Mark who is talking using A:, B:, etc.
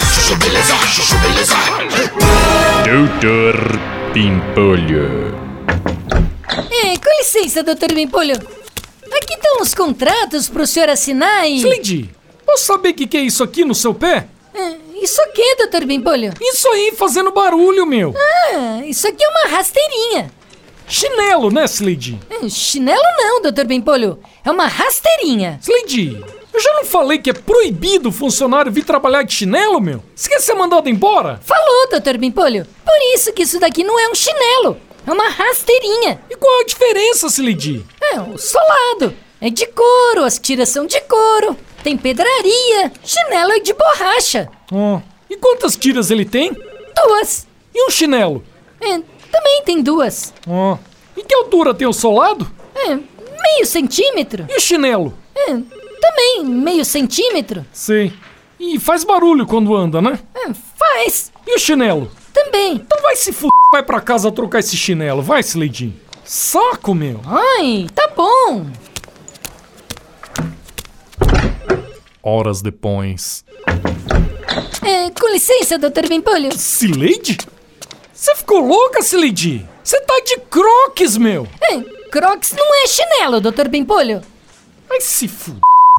A: Chuchu-beleza, chuchu-beleza.
B: Doutor Pimpolho.
C: É, com licença, doutor Bimpolho. Aqui estão os contratos pro senhor assinar e...
D: Slindy, posso saber o que, que é isso aqui no seu pé?
C: Ah, Isso o quê, doutor Bimpolho?
D: Isso aí fazendo barulho, meu.
C: Ah, isso aqui é uma rasteirinha.
D: Chinelo, né, Slindy?
C: Ah, Chinelo não, doutor Bimpolho. É uma rasteirinha.
D: Slindy, eu já não falei que é proibido o funcionário vir trabalhar de chinelo, meu? Você quer ser mandado embora?
C: Falou, doutor Bimpolho. Por isso que isso daqui não é um chinelo. É uma rasteirinha.
D: E qual a diferença, Slindy?
C: É, o solado. É de couro, as tiras são de couro. Tem pedraria. Chinelo é de borracha.
D: Ah, e quantas tiras ele tem?
C: Duas.
D: E um chinelo?
C: É, também tem duas.
D: Ah, em que altura tem o solado?
C: É, meio centímetro.
D: E o chinelo?
C: É, também meio centímetro.
D: Sei. E faz barulho quando anda, né?
C: É, faz.
D: E o chinelo?
C: Também.
D: Então vai se f... vai pra casa trocar esse chinelo, vai, Slidy. Saco, meu.
C: Ai, tá bom.
B: Horas depois.
C: É, com licença, doutor Bimpolho.
D: Slidy? Você ficou louca, Slidy? Você tá de croques, meu.
C: É, crocs não é chinelo, doutor Bimpolho.
D: Vai se f...